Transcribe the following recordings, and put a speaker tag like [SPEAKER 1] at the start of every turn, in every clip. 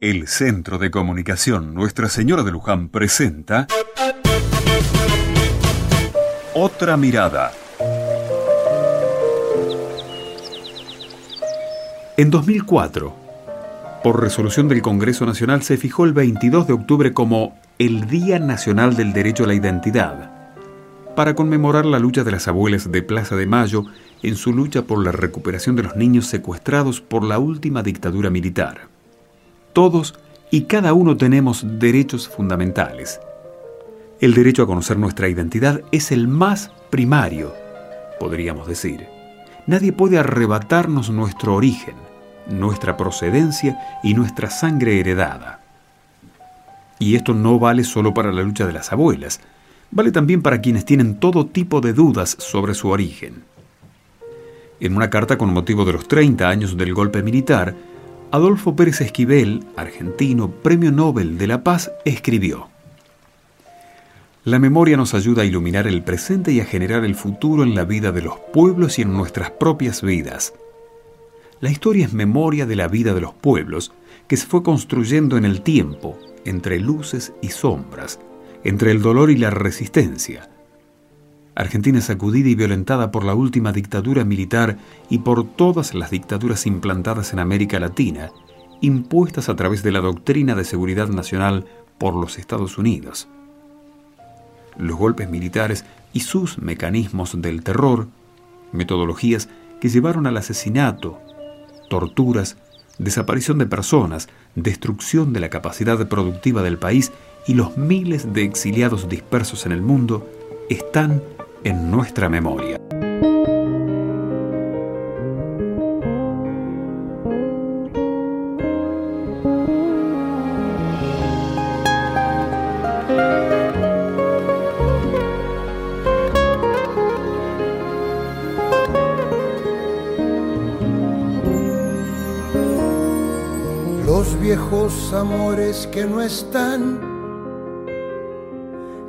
[SPEAKER 1] El Centro de Comunicación Nuestra Señora de Luján presenta Otra Mirada. En 2004, por resolución del Congreso Nacional, se fijó el 22 de octubre como el Día Nacional del Derecho a la Identidad, para conmemorar la lucha de las abuelas de Plaza de Mayo en su lucha por la recuperación de los niños secuestrados por la última dictadura militar. Todos y cada uno tenemos derechos fundamentales. El derecho a conocer nuestra identidad es el más primario, podríamos decir. Nadie puede arrebatarnos nuestro origen, nuestra procedencia y nuestra sangre heredada. Y esto no vale solo para la lucha de las abuelas, vale también para quienes tienen todo tipo de dudas sobre su origen. En una carta con motivo de los 30 años del golpe militar, Adolfo Pérez Esquivel, argentino, Premio Nobel de la Paz, escribió, La memoria nos ayuda a iluminar el presente y a generar el futuro en la vida de los pueblos y en nuestras propias vidas. La historia es memoria de la vida de los pueblos, que se fue construyendo en el tiempo, entre luces y sombras, entre el dolor y la resistencia. Argentina sacudida y violentada por la última dictadura militar y por todas las dictaduras implantadas en América Latina, impuestas a través de la doctrina de seguridad nacional por los Estados Unidos. Los golpes militares y sus mecanismos del terror, metodologías que llevaron al asesinato, torturas, desaparición de personas, destrucción de la capacidad productiva del país y los miles de exiliados dispersos en el mundo, están en nuestra memoria.
[SPEAKER 2] Los viejos amores que no están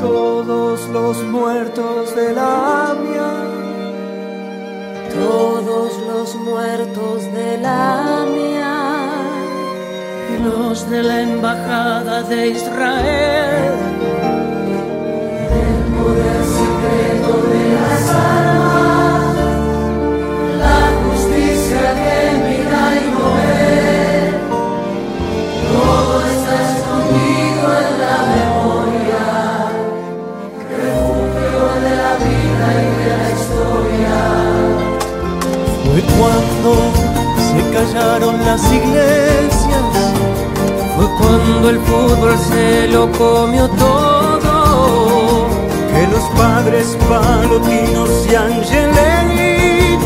[SPEAKER 2] Todos los muertos de la AMIA,
[SPEAKER 3] Todos los muertos de la mía,
[SPEAKER 4] los de la Embajada de Israel,
[SPEAKER 5] Fue cuando se callaron las iglesias,
[SPEAKER 4] fue cuando el fútbol se lo comió todo.
[SPEAKER 5] que los padres palotinos y angelelli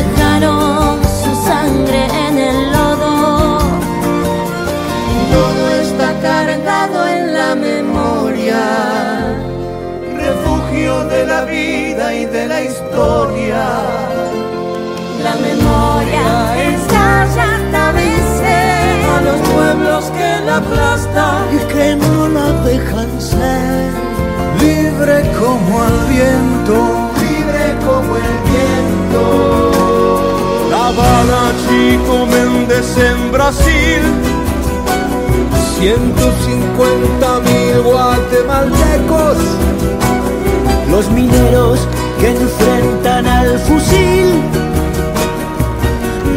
[SPEAKER 6] Dejaron su sangre en el lodo.
[SPEAKER 3] todo está cargado en la memoria.
[SPEAKER 2] refugio de la vida y de la historia.
[SPEAKER 3] La memoria estalla a veces a los pueblos que la aplastan.
[SPEAKER 2] y que no la dejan ser. Libre como el viento, libre como el viento.
[SPEAKER 5] La Habana, Chico Méndez en Brasil,
[SPEAKER 2] 150 mil guatemaltecos, los mineros que enfrentan al fusil.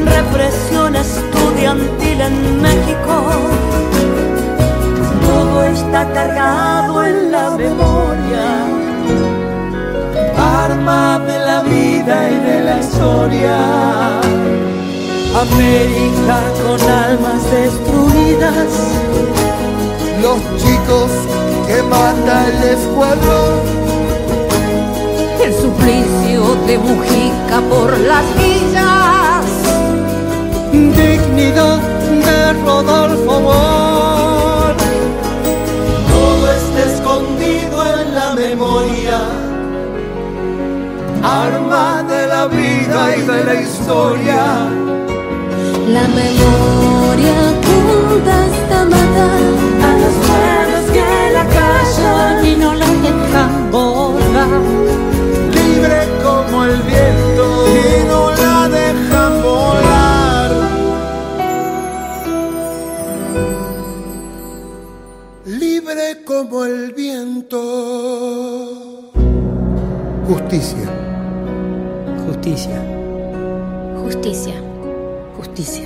[SPEAKER 3] Represión estudiantil en México. Todo está cargado en la memoria.
[SPEAKER 2] arma de la vida y de la historia. América con almas destruidas, los chicos que mata el escuadrón,
[SPEAKER 3] El suplicio de Mujica por las villas.
[SPEAKER 2] dignidad de Rodolfo Ball. Todo está escondido en la memoria, arma de la vida y de la historia.
[SPEAKER 6] La memoria oculta esta mata.
[SPEAKER 3] A los pueblos que la callan y no la dejan volar.
[SPEAKER 2] libre como el viento y no la dejan volar. Libre como el viento. Justicia.
[SPEAKER 4] Justicia,
[SPEAKER 6] Justicia.
[SPEAKER 4] justicia,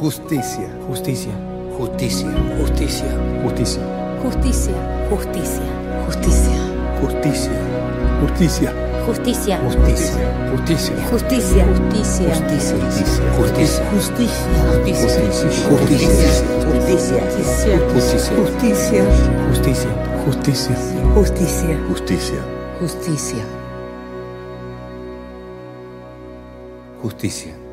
[SPEAKER 2] Justicia.
[SPEAKER 4] justicia,
[SPEAKER 2] Justicia.
[SPEAKER 4] justicia,
[SPEAKER 2] Justicia.
[SPEAKER 6] Justicia. Justicia.
[SPEAKER 4] justicia,
[SPEAKER 2] Justicia. Justicia.
[SPEAKER 6] Justicia.
[SPEAKER 2] Justicia. Justicia.
[SPEAKER 6] Justicia.
[SPEAKER 2] Justicia.
[SPEAKER 6] Justicia.
[SPEAKER 2] Justicia.
[SPEAKER 4] justicia,
[SPEAKER 2] Justicia.
[SPEAKER 4] justicia,
[SPEAKER 2] Justicia.
[SPEAKER 4] justicia,
[SPEAKER 2] Justicia.
[SPEAKER 4] justicia.
[SPEAKER 2] Justicia.